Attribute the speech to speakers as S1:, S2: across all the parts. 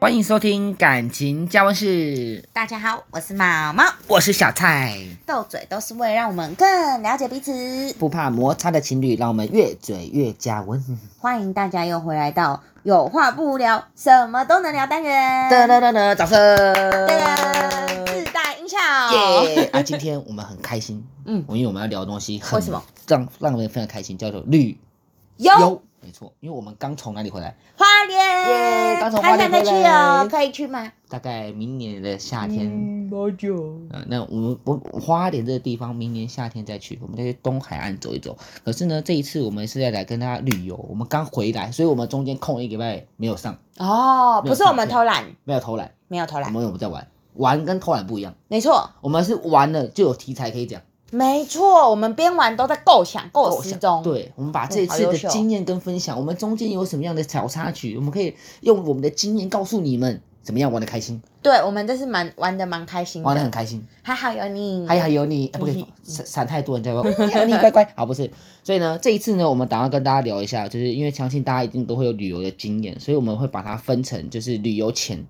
S1: 欢迎收听《感情加温室》，
S2: 大家好，我是毛毛，
S1: 我是小蔡。
S2: 斗嘴都是为了让我们更了解彼此。
S1: 不怕摩擦的情侣，让我们越嘴越加温。
S2: 欢迎大家又回来到有话不聊，什么都能聊单元。
S1: 噔噔噔噔，掌声！
S2: 噔自带音效。
S1: 耶！啊，今天我们很开心，
S2: 嗯，
S1: 因为我们要聊的东西很
S2: 为什么
S1: 让让人非常开心，叫做旅
S2: 有
S1: 游。没错，因为我们刚从哪里回来？
S2: 花
S1: 耶
S2: 莲，
S1: 刚从花
S2: 还
S1: 莲
S2: 想
S1: 回
S2: 再
S1: 来
S2: 去哦，可以去吗？
S1: 大概明年的夏天。
S2: 嗯好久。
S1: 呃，那我们我我花莲这个地方，明年夏天再去，我们再去东海岸走一走。可是呢，这一次我们是要来跟大家旅游，我们刚回来，所以我们中间空了一个礼拜没有上，
S2: 哦，
S1: 没有
S2: 不是我们偷懒，
S1: 没有偷懒，
S2: 没有偷
S1: 我
S2: 懒，
S1: 们有在玩，玩跟偷懒不一样，
S2: 没错，
S1: 我们是玩了就有题材可以讲，
S2: 没错，我们边玩都在构想、构思
S1: 想
S2: 中。，
S1: 对，我们把这一
S2: 嗯好
S1: 次
S2: 优
S1: 的
S2: 秀
S1: 经验跟分享，我们中间有什么样的小插曲，我们可以用我们的经验告诉你们怎么样玩的开心，
S2: 对我们这是蛮玩的蛮开心
S1: 玩的
S2: 的，
S1: 很开心。
S2: 还好有你。
S1: 还还有你，哎不可
S2: 嗯
S1: 以闪闪太多，你知道吗？ 还有你乖乖，好不是。所以呢，这一次呢，我们打算跟大家聊一下，就是因为相信大家一定都会有旅游的经验，所以我们会把它分成就是旅游前，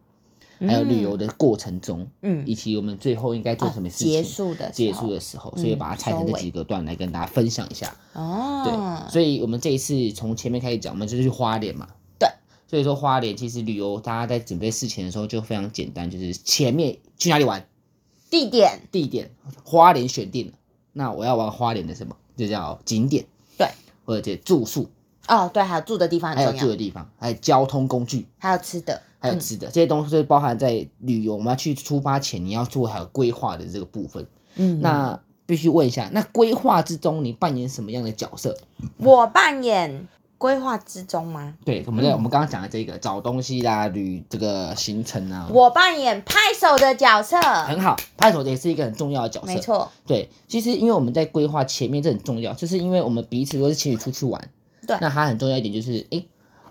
S1: 还有旅游的过程中，
S2: 嗯，哦
S1: 以及我们最后应该做什么事情。
S2: 啊结束的时候嗯
S1: 结束的时候，所以把它拆成这几个段来跟大家分享一下。
S2: 哦
S1: 对，，所以我们这一次从前面开始讲，我们就是去花莲嘛。
S2: 对，
S1: 所以说花莲其实旅游，大家在准备事情的时候就非常简单，就是前面去哪里玩，
S2: 地点
S1: 地点花莲选定了，那我要玩花莲的什么？就叫景点，
S2: 对，
S1: 或者住宿，
S2: 哦，对，还有住的地方
S1: 还有
S2: 很
S1: 住
S2: 重要，
S1: 的地方，还有交通工具，
S2: 还有吃的，
S1: 还有吃的，这些东西都包含在旅游我们要去出发前你要做好规划的这个部分。
S2: 嗯，
S1: 那必须问一下，那规划之中你扮演什么样的角色？
S2: 我扮演规划之中吗？
S1: 对，我们
S2: 嗯
S1: 在、我们刚刚讲的这个找东西啦、旅这个行程啊，
S2: 我扮演拍手的角色，
S1: 很好，拍手也是一个很重要的角色。
S2: 没错，
S1: 对，其实因为我们在规划前面这很重要，就是因为我们彼此都是情侣出去玩，
S2: 对
S1: 那它很重要一点就是，诶，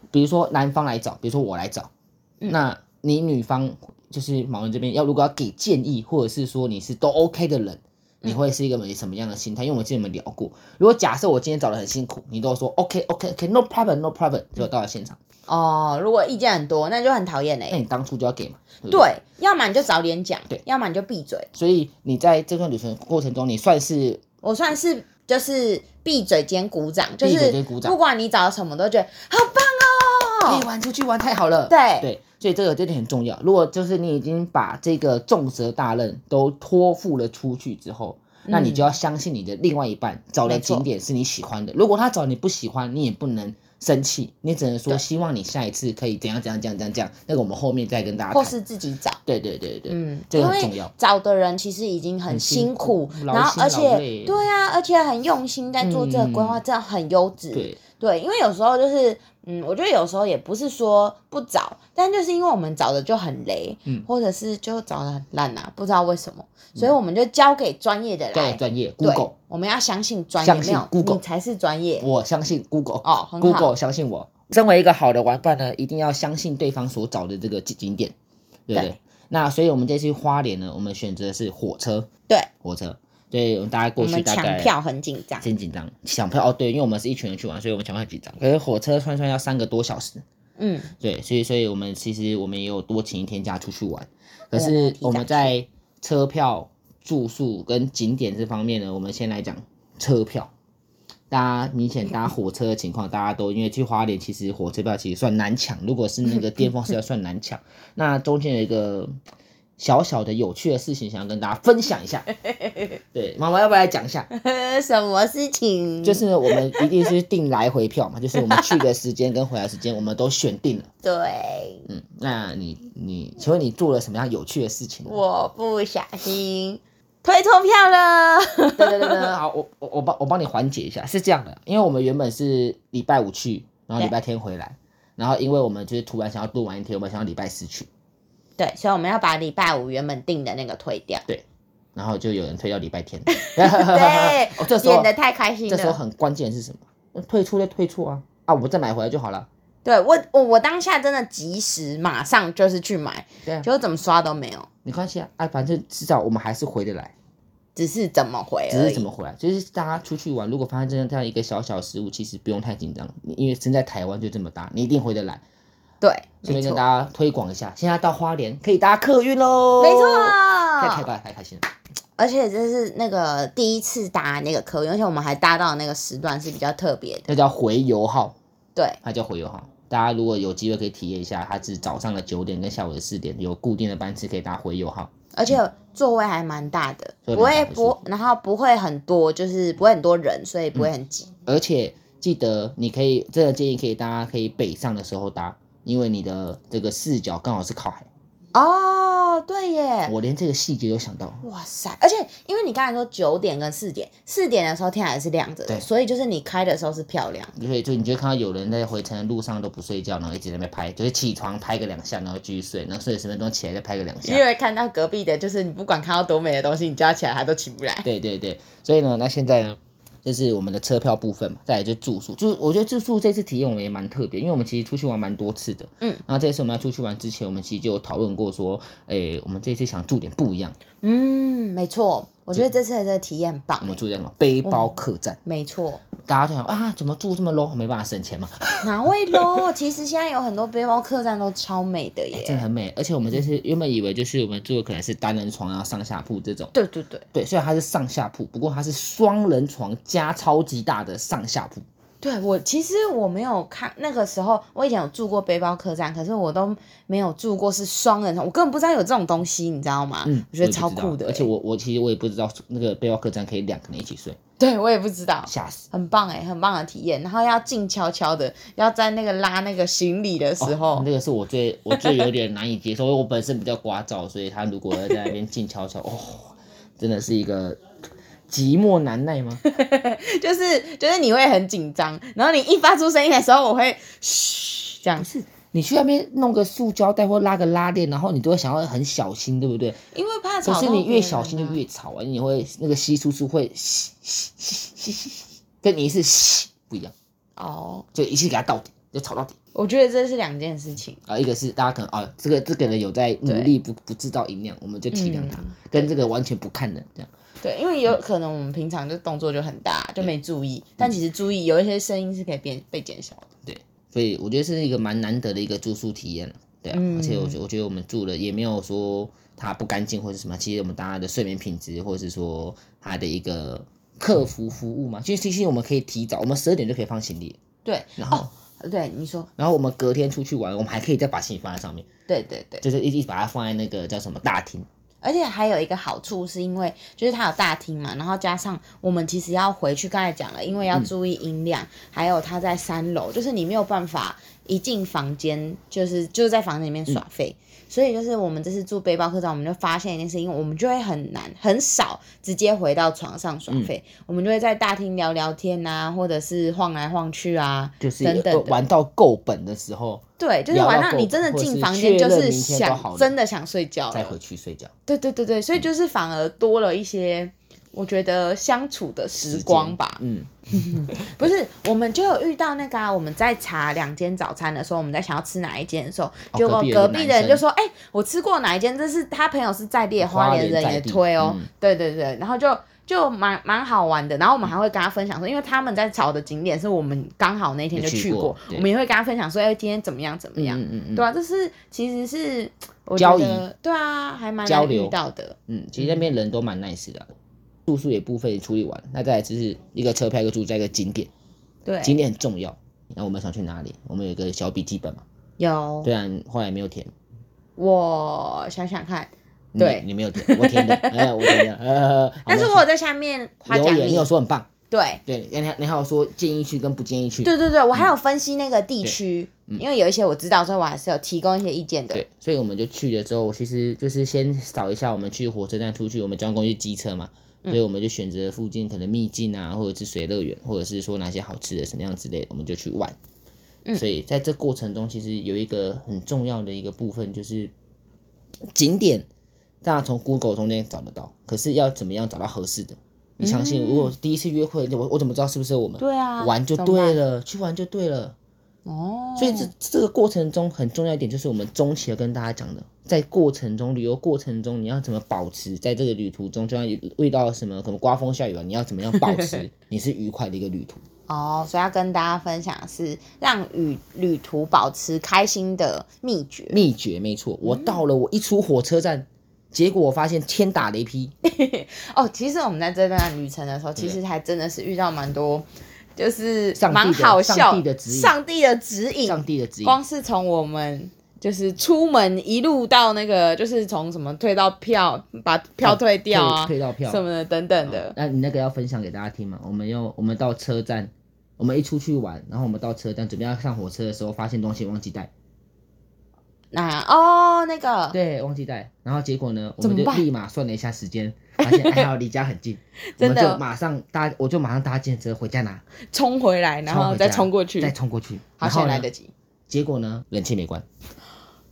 S1: 比如说男方来找，比如说我来找，
S2: 嗯
S1: 那你女方就是毛人这边要如果要给建议，或者是说你是都 OK 的人，
S2: 嗯
S1: 你会是一个什么样的心态？因为我们之前有聊过，如果假设我今天找的很辛苦，你都说 OK OK OK no problem no problem，结果到了现场，
S2: 哦，如果意见很多，那就很讨厌
S1: 那
S2: 嘞。
S1: 你当初就要给嘛，对不对
S2: 对，要么你就早点讲
S1: 哎对，
S2: 要么你就闭嘴。
S1: 所以你在这段旅程过程中，你算是
S2: 我算是就是闭嘴兼鼓掌，就
S1: 闭嘴
S2: 是
S1: 兼鼓掌
S2: 不管你找什么，都觉得好棒
S1: 可以
S2: 哦。
S1: 玩出去玩太好了，
S2: 对，
S1: 对，所以这个这点很重要。如果就是你已经把这个重责大任都托付了出去之后，那你就要相信你的另外一半找的
S2: 嗯没错
S1: 景点是你喜欢的。如果他找你不喜欢，你也不能生气，你只能说
S2: 对
S1: 希望你下一次可以怎样怎样怎样怎样怎样。那个我们后面再跟大家
S2: 或
S1: 谈。
S2: 是自己找。
S1: 对对对对，
S2: 嗯，
S1: 这个
S2: 因
S1: 很重
S2: 为
S1: 要
S2: 找的人其实已经
S1: 很
S2: 很
S1: 辛
S2: 辛
S1: 苦
S2: 苦，
S1: 劳
S2: 然后
S1: 心
S2: 而
S1: 劳
S2: 且
S1: 累
S2: 对啊，而且很用心在做这个规划，
S1: 嗯
S2: 这样很优质。
S1: 对
S2: 对，因为有时候就是，嗯，我觉得有时候也不是说不找，但就是因为我们找的就很雷，
S1: 嗯
S2: 或者是就找的很烂啊，不知道为什么，所以我们就交给专业的
S1: 专
S2: 来。
S1: 业专业
S2: 对
S1: Google，，
S2: 我们要相信专业，
S1: 相
S2: 没
S1: 信
S2: 有
S1: Google
S2: 你才是专业。
S1: 我相信 Google
S2: 哦很好
S1: Google 相信我。身为一个好的玩伴呢，一定要相信对方所找的这个景景点，对不对？
S2: 对
S1: 那所以我们这次去花莲呢，我们选择的是火车，
S2: 对，
S1: 火车，对，我们大概
S2: 我
S1: 过去
S2: 们
S1: 大
S2: 抢
S1: 概
S2: 票很紧张，
S1: 先紧张抢票哦，对，因为我们是一群人去玩，所以我们抢票很紧张。可是火车算算要三个多小时，
S2: 嗯，
S1: 对，所以所以我们其实我们也有多请一天假出去玩，可
S2: 对我
S1: 是
S2: 们提
S1: 我们
S2: 早
S1: 在车票、住宿跟景点这方面呢，我们先来讲车票。大家明显搭火车的情况，大家都因为去花莲，其实火车票其实算难抢，如果是那个 巅峰时要算难抢。那中间有一个小小的有趣的事情，想要跟大家分享一 下。对，妈妈要不要来讲一下？
S2: 什么事情？
S1: 就是呢我们一定是订来回票嘛，就是我们去的时间跟回来时间，我们都选定了。
S2: 对，
S1: 嗯，那你你，请问你做了什么样有趣的事情呢？
S2: 我不小心推错票了。
S1: 对对对对，好，我我我帮我帮你缓解一下，是这样的，因为我们原本是礼拜五去，然后礼拜天回来，然后因为我们就是突然想要多玩一天，我们想要礼拜四去，
S2: 对，所以我们要把礼拜五原本定的那个推掉。
S1: 然后就有人推到礼拜 天，
S2: 对
S1: 哦，这时
S2: 演
S1: 候
S2: 的太开心
S1: 这时候
S2: 了。
S1: 很关键是什么？退出就退出啊，啊，我再买回来就好了，
S2: 对我，我我当下真的及时马上就是去买，
S1: 对啊，
S2: 结果怎么刷都没有，
S1: 没关系啊，啊，反正至少我们还是回得来。
S2: 只是怎么回
S1: 只
S2: 而
S1: 是
S2: 已。
S1: 怎么回来，就是大家出去玩，如果发现真的这样一个小小失误，其实不用太紧张，因为身在台湾就这么大，你一定回得来。
S2: 对，
S1: 所
S2: 没
S1: 以跟
S2: 错，
S1: 大家推广一下，现在到花莲可以搭客运喽，
S2: 没
S1: 太开
S2: 错。
S1: 吧，太开心了。
S2: 而且这是那个第一次搭那个客运，而且我们还搭到那个时段是比较特别的。
S1: 那叫回邮号，
S2: 对，
S1: 它叫回邮号。大家如果有机会可以体验一下，它是早上的九点跟下午的四点有固定的班次可以搭回邮号。
S2: 而且座位还蛮大的，
S1: 座位
S2: 不会
S1: 蛮大的
S2: 不，然后不会很多，就是不会很多人，所以不会很挤。
S1: 而且记得你可以这个建议可以大家可以北上的时候搭，因为你的这个视角刚好是靠海。
S2: 哦，对耶，
S1: 我连这个细节都想到，
S2: 哇塞！而且因为你刚才说九点跟四点，四点的时候天还是亮着的，
S1: 对
S2: 所以就是你开的时候是漂亮。
S1: 所以就你就看到有人在回程的路上都不睡觉，然后一直在那边拍，就是起床拍个两下，然后继续睡，然后睡了十分钟起来再拍个两下
S2: 因。为看到隔壁的，就是你不管看到多美的东西，你叫他起来他都起不来。
S1: 对对对，所以呢，那现在呢，就是我们的车票部分嘛，再来就住宿，就是我觉得住宿这次体验我们也蛮特别，因为我们其实出去玩蛮多次的，
S2: 嗯，
S1: 然后这次我们要出去玩之前，我们其实就有讨论过说，诶，我们这次想住点不一样，
S2: 嗯，没错，我觉得这次的这个体验很
S1: 我
S2: 棒
S1: 们
S2: 欸。
S1: 住在什么背包客栈，
S2: 没错，
S1: 大家就想啊，怎么住这么 low，没办法省钱嘛，
S2: 哪位咯？ 其实现在有很多背包客栈都超美哎的
S1: 诶
S2: 耶。
S1: 真的很美，而且我们这次原本以为就是我们住的可能是单人床然后上下铺这种。
S2: 对对对
S1: 对，虽然它是上下铺，不过它是双人床加超级大的上下铺，
S2: 对，我其实我没有看那个时候，我以前有住过背包客栈，可是我都没有住过是双人床，我根本不知道有这种东西，你知道吗？
S1: 嗯，
S2: 我觉
S1: 也
S2: 得
S1: 不
S2: 超
S1: 知道
S2: 酷的欸。
S1: 而且我我其实我也不知道那个背包客栈可以两个人一起睡，
S2: 对我也不知道，
S1: 吓死！
S2: 很棒哎，很棒的体验。然后要静悄悄的，要在那个拉那个行李的
S1: 哦
S2: 时候，
S1: 那个是我最我最有点难以接受，因为我本身比较聒噪，所以他如果要在那边静悄 悄，哦，真的是一个寂寞难耐吗？
S2: 就是就是你会很紧张，然后你一发出声音的时候，我会嘘这样
S1: 不，是，你去那边弄个塑胶袋或拉个拉链，然后你都会想要很小心，对不对？
S2: 因为怕
S1: 可
S2: 吵到
S1: 是
S2: 别人啊。
S1: 你越小心就越吵啊，你会那个吸出是会 吸吸吸吸吸吸，跟你一次 吸不一样，
S2: 哦，
S1: 就一次给它到底，就吵到底。
S2: 我觉得这是两件事情。
S1: 啊，一个是大家可能啊、这个这个人有在努
S2: 对
S1: 力不不制造音量，我们就体谅他，
S2: 嗯
S1: 跟这个完全不看人这样。
S2: 对，因为有可能我们平常就动作就很大，就没注意，但其实注意有一些声音是可以变被减小的。
S1: 对，所以我觉得是一个蛮难得的一个住宿体验了，对啊，而且我觉我觉得我们住了也没有说它不干净或者什么，其实我们大家的睡眠品质或者是说它的一个客服服务嘛，其实其实我们可以提早，我们十二点就可以放行李，
S2: 对，
S1: 然后、
S2: 对你说，
S1: 然后我们隔天出去玩，我们还可以再把行李放在上面，
S2: 对对对，
S1: 就是一直把它放在那个叫什么大厅，
S2: 而且还有一个好处是因为就是它有大厅嘛，然后加上我们其实要回去，刚才讲了，因为要注意音量，还有它在三楼，就是你没有办法一进房间就是就在房间里面耍废。所以就是我们这次住背包客栈，我们就发现一件事情，我们就会很难很少直接回到床上耍废，
S1: 嗯
S2: 我们就会在大厅聊聊天啊，或者是晃来晃去啊，
S1: 就是
S2: 等等的
S1: 玩到够本的时候
S2: 对，就是
S1: 聊到
S2: 玩到
S1: 够
S2: 你真的
S1: 或者
S2: 进
S1: 是
S2: 房间
S1: 确
S2: 就
S1: 认
S2: 是
S1: 明天都好
S2: 想
S1: 了
S2: 真的想睡觉了，
S1: 再回去睡觉。
S2: 对对对对，所以
S1: 嗯
S2: 就是反而多了一些，我觉得相处的时光吧。
S1: 嗯，
S2: 不是，我们就有遇到那个、啊，我们在查两间早餐的时候，我们在想要吃哪一间的时候，结果
S1: 哦隔壁有
S2: 隔
S1: 个
S2: 壁
S1: 男
S2: 的人
S1: 生
S2: 就说：“哎、我吃过哪一间？”这是他朋友是在地的花莲人
S1: 花莲
S2: 也
S1: 在地
S2: 推哦，
S1: 嗯
S2: 对对对，然后就。就蛮蛮好玩的，然后我们还会跟他分享说，因为他们在找的景点是我们刚好那天就
S1: 也去
S2: 去
S1: 过对
S2: 我们也会跟他分享说，哎、今天怎么样怎么样，
S1: 嗯嗯嗯
S2: 对啊，这是其实是我
S1: 交
S2: 觉
S1: 易
S2: 得对啊，还蛮
S1: 交
S2: 难遇
S1: 流
S2: 到的，
S1: 嗯，其实那边人都蛮 nice 的啊、住宿也部分也处理完，那再来就是一个车票，一个住在一个景点，
S2: 对，
S1: 景点很重要。那我们想去哪里？我们有一个小笔记本嘛，
S2: 有，
S1: 虽然后来没有填，
S2: 我想想看，
S1: 你
S2: 对
S1: 你没有填，我 填的，哎，我填的，呃，好
S2: 但是我有在下面夸
S1: 没有
S2: 奖
S1: 留言你
S2: 你
S1: 有，说很棒，
S2: 对，
S1: 对，你还你还有说建议去跟不建议去，
S2: 对对对，我还有分析那个地区，因为有一些我知道，所以我还是有提供一些意见的。
S1: 嗯对，所以我们就去了之后，其实就是先扫一下我们去火车站出去，我们交通工具机车嘛，
S2: 嗯
S1: 所以我们就选择附近可能秘境啊，或者是水乐园，或者是说哪些好吃的什么样之类的，我们就去玩。
S2: 嗯
S1: 所以在这过程中，其实有一个很重要的一个部分就是景点，大家从 Google 中间找得到，可是要怎么样找到合适的？你相信，如果第一次约会，我我怎么知道是不是我们？
S2: 嗯对啊，
S1: 玩就
S2: 怎么
S1: 对
S2: 办
S1: 了，去玩就对了。
S2: 哦，
S1: 所以这这个过程中很重要一点，就是我们中期要跟大家讲的，在过程中旅游过程中，你要怎么保持在 这个旅途中，就像遇到什么可能刮风下雨啊，你要怎么样保持你是愉快的一个旅途。
S2: 哦，所以要跟大家分享的是让旅旅途保持开心的秘诀。
S1: 秘诀没错，我
S2: 嗯
S1: 到了，我一出火车站，结果我发现天打雷劈，
S2: 哦，其实我们在这段旅程的时候，其实还真的是遇到蛮多，就是
S1: 上帝的
S2: 蛮好笑
S1: 上帝的指引
S2: 上帝的指引
S1: 上帝的指引。
S2: 光是从我们就是出门一路到那个，就是从什么退到票，把票退掉啊，
S1: 哦退退到票哦
S2: 什么的等等的。
S1: 那你那个要分享给大家听嘛？我们又我们到车站，我们一出去玩，然后我们到车站准备要上火车的时候，发现东西忘记带，
S2: 那哦，那个
S1: 对，忘记带。然后结果呢，我
S2: 怎
S1: 们
S2: 么
S1: 就
S2: 办
S1: 立马算了一下时间，发现哎还好离家很 近，我
S2: 真
S1: 们
S2: 的哦
S1: 就马上搭，我就马上搭电车回家拿，
S2: 冲回来，然
S1: 冲
S2: 后
S1: 回家
S2: 再冲过去，
S1: 再冲过去。
S2: 好
S1: 然后
S2: 险
S1: 呢
S2: 来得及。
S1: 结果呢，冷气没关，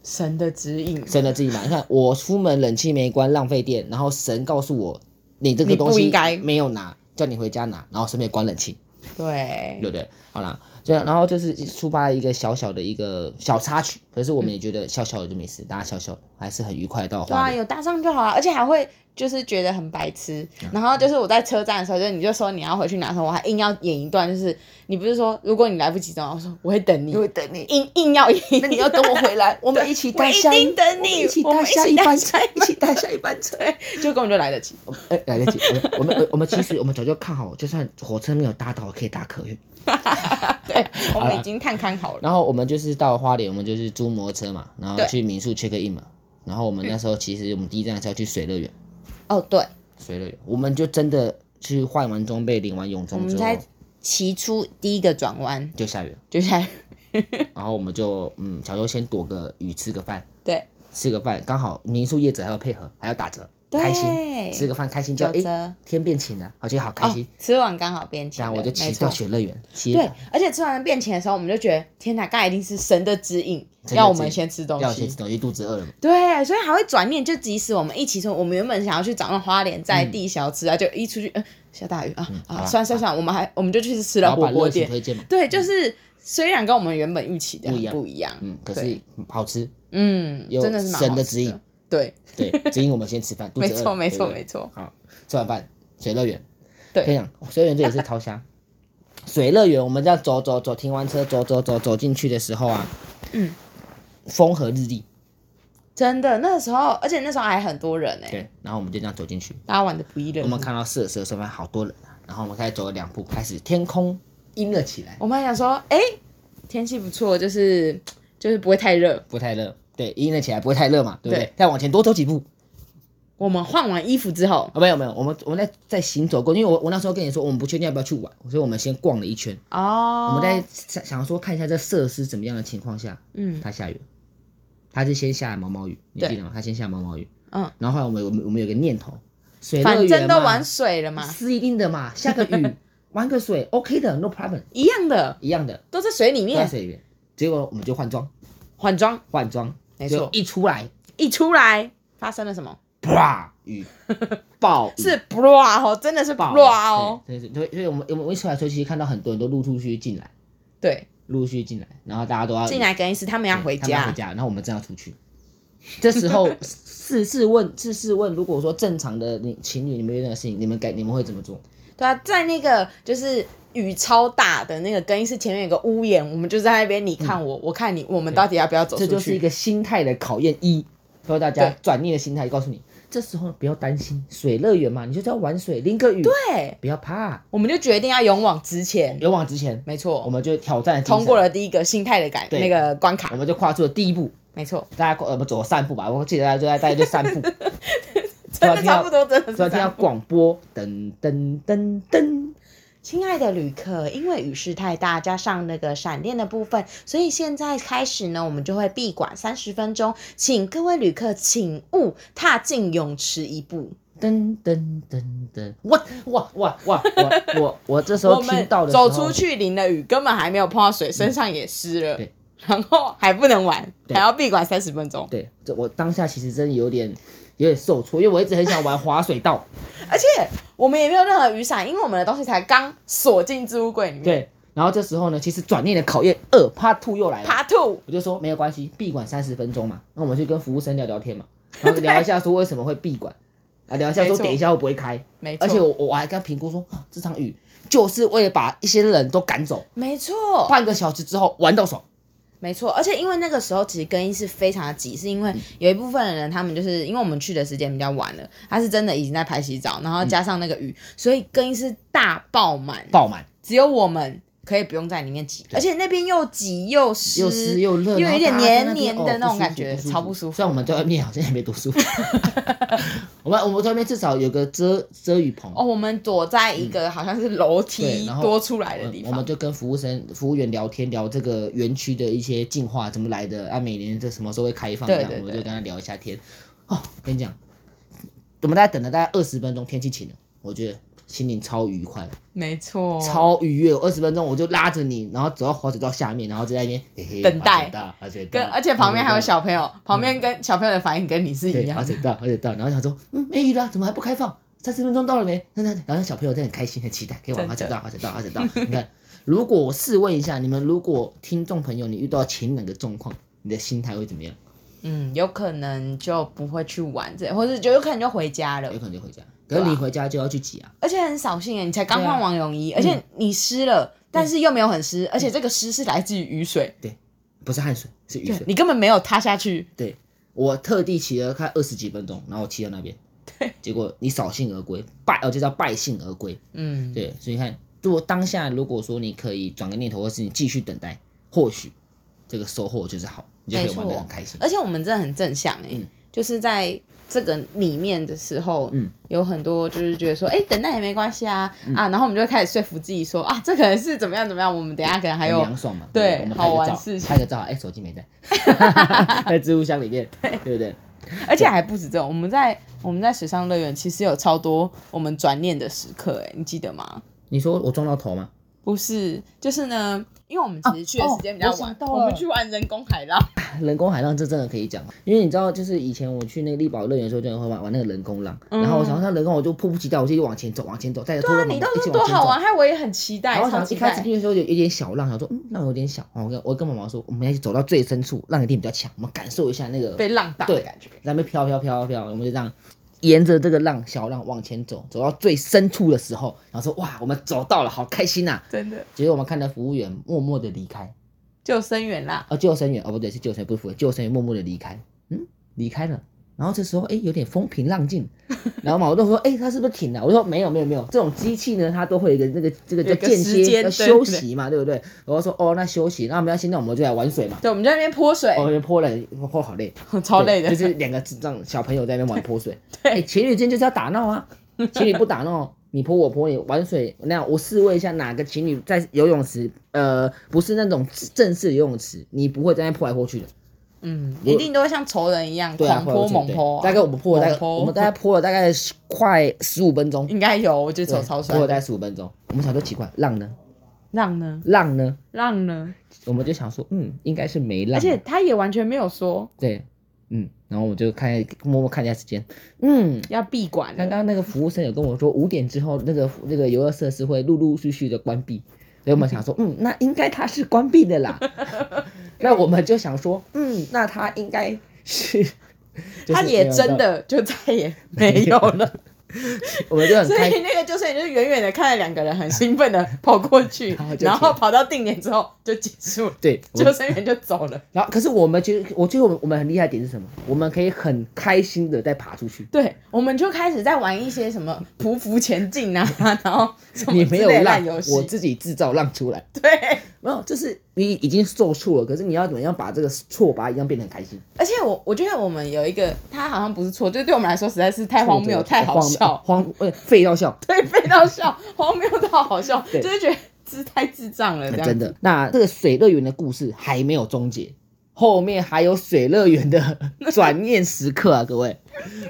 S2: 神的指引，
S1: 神的自己买。你看我出门冷气没关，浪费电，然后神告诉我你这个
S2: 你不
S1: 东西
S2: 应该
S1: 没有拿，叫你回家拿，然后顺便关冷 气。
S2: 对，
S1: 对不对？好啦，这样，然后就是出发一个小小的一个小插曲，可是我们也觉得小小的就没事，大家小小的还是很愉快地到
S2: 对啊，
S1: 花莲。
S2: 有搭上就好了，而且还会就是觉得很白痴。
S1: 嗯
S2: 然后就是我在车站的时候，就是你就说你要回去拿的时候，我还硬要演一段，就是你不是说如果你来不及的话，我说我会等你，
S1: 会等你，
S2: 硬硬要演，
S1: 那你要等我回来，我们一起
S2: 我
S1: 搭
S2: 一
S1: 下
S2: 定等你
S1: 我们一起
S2: 我
S1: 搭
S2: 们一起
S1: 下一
S2: 搭
S1: 班车
S2: 下一，
S1: 一起搭下一班车。
S2: 就根本就来得及。
S1: 哎，来得及，我们我们我们其实我们早就看好，就算火车没有搭到，可以搭客运。
S2: 对，
S1: 好
S2: 我们
S1: 啦
S2: 已经探勘好了。
S1: 然后我们就是到花莲，我们就是租摩托车嘛，然后
S2: 对
S1: 去民宿 check in 嘛。然后我们那时候其实我们第一站是要去水乐园，
S2: 哦，对，
S1: 水乐园，我们就真的去换完装备、领完泳
S2: 我
S1: 装
S2: 们
S1: 之
S2: 在
S1: 后
S2: 骑出第一个转弯，
S1: 就下雨了。
S2: 就下
S1: 然后我们就嗯，想说先躲个雨，吃个饭，
S2: 对
S1: 吃个饭，刚好民宿业者还要配合，还要打折，
S2: 对
S1: 开心，吃个饭开心就
S2: 九
S1: 诶，
S2: 折。
S1: 天变晴了，我觉得好开
S2: 哦
S1: 心。，
S2: 吃完刚好变晴
S1: 然
S2: 了，
S1: 后我就骑
S2: 没
S1: 到
S2: 错。
S1: 雪乐园，骑
S2: 对，而且吃完变晴的时候，我们就觉得天哪，刚才一定是神的指引，
S1: 神的
S2: 要我
S1: 指
S2: 们
S1: 引
S2: 先吃东
S1: 要先
S2: 西
S1: 吃。东西，肚子饿了嘛，
S2: 对，所以还会转念，就即使我们一起说，我们原本想要去找那种花莲在地小吃啊，就一出去，嗯，下大雨啊、
S1: 好
S2: 啊，
S1: 啦
S2: 算算算，我们还我们就去吃
S1: 然
S2: 了
S1: 后
S2: 火
S1: 把
S2: 锅
S1: 热情
S2: 店。
S1: 推荐嘛，
S2: 对，就是虽然跟我们原本预期的
S1: 不一
S2: 很
S1: 样
S2: 不一样，
S1: 嗯，可是
S2: 对
S1: 好吃，
S2: 嗯，
S1: 有
S2: 真的是蛮
S1: 神
S2: 好
S1: 的
S2: 吃
S1: 指引，
S2: 对，
S1: 对， 指引我们先吃饭，肚
S2: 没
S1: 子饿
S2: 错，
S1: 了，
S2: 没错，
S1: 对不对
S2: 没错，
S1: 好，吃完饭水乐园，
S2: 对
S1: 跟你讲，水乐园这也是逃虾。水乐园，我们这样走走走，停完车走走走走进去的时候啊，
S2: 嗯，
S1: 风和日丽，
S2: 真的那时候，而且那时候还很多人哎、
S1: 对，然后我们就这样走进去，
S2: 大家玩的不亦乐
S1: 我
S2: 乎
S1: 们。看到四的时候，发现好多人啊，然后我们开始走了两步，开始天空阴了起来，
S2: 我们还想说，哎、天气不错，就是就是不会太热。
S1: 不太热，对，阴了起来不会太热嘛，对不对？
S2: 对
S1: 再往前多走几步
S2: 我们换完衣服之后，
S1: 啊，没有没有，我们我们在在行走过，因为我我那时候跟你说我们不确定要不要去玩，所以我们先逛了一圈，
S2: 哦，
S1: 我们在想想说看一下这设施怎么样的情况下，
S2: 嗯
S1: 它下雨了，它是先下毛毛雨，你
S2: 对
S1: 记得吗？它先下毛毛雨，
S2: 嗯，
S1: 然后后来我们我们我们有个念头，水乐
S2: 反
S1: 园
S2: 正都
S1: 嘛
S2: 玩水了嘛，
S1: 是一定的嘛，下个 雨玩个水 OK 的，no problem，
S2: 一样的，
S1: 一样的。
S2: 都在水里
S1: 在
S2: 面
S1: 水里面，结果我们就换装，
S2: 换装，
S1: 换装，
S2: 没错
S1: 结果一出来，
S2: 一出来发生了什么？
S1: 啪，雨 暴雨
S2: 是 bra 哦，真的是
S1: 暴雨
S2: bra 哦，，
S1: 对，对所以所以我们我们一出来的时候，其实看到很多人都陆陆续续进来，
S2: 对，
S1: 陆续进来，然后大家都要
S2: 进来更衣室，他们
S1: 对
S2: 要回
S1: 他们要
S2: 家
S1: 回，家，然后我们正要出去。这时 候试试问，试试问，如果说正常的你情侣你们遇到的事情，你们该你们会怎么做？
S2: 对啊，在那个就是雨超大的那个更衣室前面有个屋檐，我们就在那边，你看我，我看你，我们到底要不要走
S1: 嗯这就
S2: 出
S1: 是一
S2: 去？
S1: 个心态的考验一，教大家
S2: 对
S1: 转念的心态，告诉你这时候不要担心，水乐园嘛，你就是要玩水，淋个雨，
S2: 对，
S1: 不要怕，
S2: 我们就决定要勇往直前，
S1: 勇往直前，
S2: 没
S1: 我
S2: 错，
S1: 们就挑战精神
S2: 通过，了第一个心态的感
S1: 对
S2: 那个关
S1: 我
S2: 卡，
S1: 们就跨出了第一步。
S2: 没错，
S1: 大家跨呃不走散步吧，我记得大家就在大家就散 步，突然
S2: 真的
S1: 啊听
S2: 差不
S1: 到
S2: 多，真的是
S1: 突然听
S2: 这
S1: 到
S2: 样。
S1: 广播，噔噔噔噔，
S2: 亲爱的旅客，因为雨势太大，加上那个闪电的部分，所以现在开始呢，我们就会闭馆三十分钟，请各位旅客请勿踏进泳池一步。
S1: 噔噔噔噔，我我我我我我 我这时候
S2: 我
S1: 听
S2: 们
S1: 到的时候
S2: 走出，去淋了雨，根本还没有碰到水，身上也湿了，
S1: 对
S2: 然后还不能玩，
S1: 对
S2: 还要闭馆三十分钟。
S1: 对，这我当下其实真的有点有点受挫，因为我一直很想玩滑水道，
S2: 而且我们也没有任何雨伞，因为我们的东西才刚锁进置物柜里面。
S1: 对，然后这时候呢，其实转念的考验二 Part Two 又来了，
S2: 爬兔，
S1: 我就说没有关系，闭馆三十分钟嘛，那我们去跟服务生聊聊天嘛， 然后聊一下说为什么会闭馆，啊聊一下
S2: 没
S1: 说
S2: 错
S1: 等一下会不会开，
S2: 没错，
S1: 而且我我还跟他评估说，啊这场雨就是为了把一些人都赶走，
S2: 没错，
S1: 半个小时之后玩到爽。
S2: 没错，而且因为那个时候其实更衣室非常的挤，是因为有一部分的人他们就是因为我们去的时间比较晚了，他是真的已经在拍洗澡，然后加上那个雨，所以更衣室大嗯爆满，
S1: 爆满，
S2: 只有我们可以不用在里面挤，而且那边又挤又湿，
S1: 又湿又热，
S2: 又有一点
S1: 然后大家在那边
S2: 黏黏的
S1: 哦
S2: 那种
S1: 不舒服
S2: 感觉超不舒服
S1: 虽然我们在外面好像也没多舒 服，我们我们在外面至少有个遮遮雨棚
S2: 哦，我们躲在一个好像是楼
S1: 嗯对
S2: 梯
S1: 然后
S2: 多出来的
S1: 我
S2: 地
S1: 我们
S2: 方，
S1: 就跟服务生、服务员聊天，聊这个园区的一些进化怎么来的，啊，每年这什么时候会开放
S2: 对
S1: 这样，
S2: 对
S1: 我
S2: 对
S1: 们就跟他聊一下天。哦，跟你讲，我们大概等了大概二十分钟，天气晴了，我觉得心情超愉快，
S2: 没错，
S1: 超愉悦。二十分钟我就拉着你，然后走到滑水道下面，然后就在那边嘿嘿
S2: 等待
S1: 滑水道滑水道
S2: 跟而且旁边还有
S1: 嗯
S2: 小朋友，旁边跟小朋友的反应跟你是
S1: 对啊
S2: 一样
S1: 滑
S2: 的，
S1: 水道滑水道，然后想说嗯没雨了，怎么还不开放？三十分钟到了没？那那然后小朋友在很开心，很期待，可以玩滑水
S2: 真的
S1: 道滑水道滑水道。 你看，如果我试问一下你们，如果听众朋友你遇到前两个状况，你的心态会怎么样？
S2: 嗯，有可能就不会去玩这，或者就有可能就回家了
S1: 有。可能就回家，可是你回家就要去挤啊。
S2: 而且很扫兴耶，你才刚
S1: 对啊嗯
S2: 换完泳衣，而且你湿了，但是又没有很湿，而且这个湿是来自于雨水，
S1: 不是汗水，是雨水。
S2: 你根本没有塌下去。
S1: 对，我特地骑了快二十几分钟，然后我骑到那边，对，结果你扫兴而归，败，哦，就叫败兴而归。
S2: 嗯，
S1: 对，所以你看，如果当下如果说你可以转个念头，或是你继续等待，或许这个收获就是好，你就可以玩
S2: 没
S1: 得
S2: 错
S1: 很开心。
S2: 而且我们真的很正向哎，
S1: 嗯
S2: 就是在这个里面的时候，
S1: 嗯
S2: 有很多就是觉得说，哎、等待也没关系啊、啊，然后我们就会开始说服自己说，啊，这可能是怎么样怎么样，我们等一下可能还
S1: 很
S2: 有
S1: 凉爽嘛，
S2: 对
S1: 我们
S2: 好
S1: 拍个
S2: 玩
S1: 照
S2: 事，情
S1: 拍个照，哎，手机没带，在置物箱里面，对不对？
S2: 而且还不止这种，我们在我们在水上乐园其实有超多我们转念的时刻，哎，你记得吗？
S1: 你说我撞到头吗？
S2: 不是，就是呢，因为我们其实去的时间比较
S1: 哦哦
S2: 晚，
S1: 我想到
S2: 我
S1: 了
S2: 们去玩人工海浪，
S1: 人工海浪这真的可以讲，因为你知道，就是以前我去那个力宝乐园的时候，就会玩玩那个人工浪，然后我想到那人工，我就迫不及待，我就一直往前走，往前走，带着拖
S2: 嗯对啊，
S1: 着
S2: 你
S1: 妈
S2: 到
S1: 妈一
S2: 时
S1: 起
S2: 候多
S1: 往前
S2: 好
S1: 走
S2: 玩，。还我也很期待，
S1: 然后
S2: 超
S1: 想一
S2: 期
S1: 开始
S2: 待。
S1: 去的时候有有点小浪，想说嗯浪有点小，我跟我跟妈妈说，我们要去走到最深处，浪一定比较强，我们感受一下那个
S2: 被浪打的
S1: 对
S2: 感觉，
S1: 在那边飘飘飘飘，我们就这样沿着这个浪小浪往前走，走到最深处的时候，然后说哇，我们走到了，好开心呐、
S2: 真的
S1: 结果我们看到服务员默默的离开，
S2: 救生员啦，
S1: 啊，救生员哦不对，是救生员不是服务员，救生员默默的离开，嗯，离开了。然后这时候哎有点风平浪 静，然后嘛我就说哎他是不是停了？我说没有没有没有，这种机器呢它都会有一个那个这个叫
S2: 有一个
S1: 间
S2: 时间
S1: 歇要休
S2: 对
S1: 息嘛，对不对？我就说哦那休息，那没关系，那我们就来玩水嘛。
S2: 对，我们在那边泼水，
S1: 哦，泼了泼好累，
S2: 超累的，
S1: 哦对就是两个智障小朋友在那边玩泼水。
S2: 对
S1: 哎情侣间就是要打闹啊，情侣不打闹，你泼我泼你，玩水那样，我试问一下哪个情侣在游泳池，呃，不是那种正式的游泳池，你不会在那泼来泼去的，
S2: 嗯，一定都会像仇人一样
S1: 对啊，
S2: 狂泼
S1: 来
S2: 猛
S1: 去对
S2: 泼啊，
S1: 大概我们泼了大
S2: 猛
S1: 概
S2: 泼
S1: 我们大概泼了大概快十五分钟，
S2: 应该有，我觉得
S1: 对
S2: 手
S1: 泼
S2: 超
S1: 了
S2: 酸。
S1: 大概十五分钟，我们想说奇怪，浪呢？
S2: 浪呢？
S1: 浪呢？
S2: 浪呢？
S1: 我们就想说，嗯，应该是没浪，
S2: 而且他也完全没有说
S1: 对，嗯，然后我就看默默看一下时间，嗯，
S2: 要闭馆
S1: 刚
S2: 了，
S1: 刚那个服务生有跟我说，五点之后那个那个游乐设施会陆陆续续的关闭，所以我们想 说，嗯，那应该它是关闭的啦。那我们就想说，嗯，那它应该是，就是
S2: 他也真，的就再 也没有了。
S1: 我们就很
S2: 所
S1: 开
S2: 以那个就是就是远远的看着两个人很兴奋的跑 过去
S1: 然后，就
S2: 然后跑到定点之后就结束了，
S1: 对。我
S2: 救生员就走 了。
S1: 然后，可是我们觉得，我觉得我们我们很厉害的点是什么？我们可以很开心的再爬出去。
S2: 对，我们就开始在玩一些什么匍匐前进啊， 然后什么
S1: 你
S2: 之
S1: 没有
S2: 类的
S1: 浪
S2: 烂游，戏，
S1: 我自己制造浪出来。
S2: 对。
S1: 没有，就是你已经受挫了，可是你要怎么样把这个挫拔一样变得很开心？
S2: 而且我我觉得我们有一个，他好像不是错，就是对我们来说实在是太荒谬、太好笑，
S1: 荒荒呃废到笑。
S2: 对，非到笑， 荒谬到好笑，
S1: 对
S2: 就是觉得这太智障了，这样
S1: 真的。那这个水乐园的故事还没有终结，后面还有水乐园的 转念时刻啊，各位。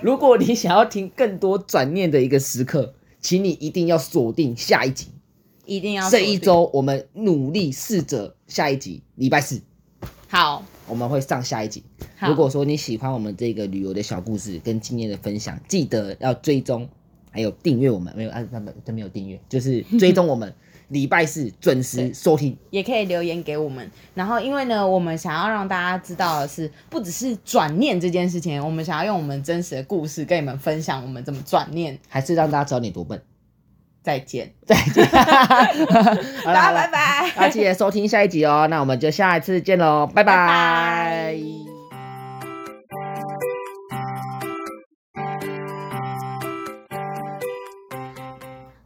S1: 如果你想要听更多转念的一个时刻，请你一定要锁定下一集。
S2: 一定要
S1: 这一
S2: 锁定
S1: 周我们努力试着下一集，礼拜四
S2: 好，
S1: 我们会上下一集。
S2: 好
S1: 如果说你喜欢我们这个旅游的小故事跟经验的分享，记得要追踪，还有订阅我们。没有啊，那么都没有订阅，就是追踪我 们。礼拜四准时收听。
S2: 也可以留言给我们。然后，因为呢，我们想要让大家知道的是，不只是转念这件事情，我们想要用我们真实的故事跟你们分享我们怎么转念。
S1: 还是让大家知道你多笨。
S2: 再见，
S1: 再见， 好
S2: 大
S1: 啦，
S2: 家拜拜。
S1: 那记得收听下一集哦。那我们就下一次见喽，拜
S2: 拜拜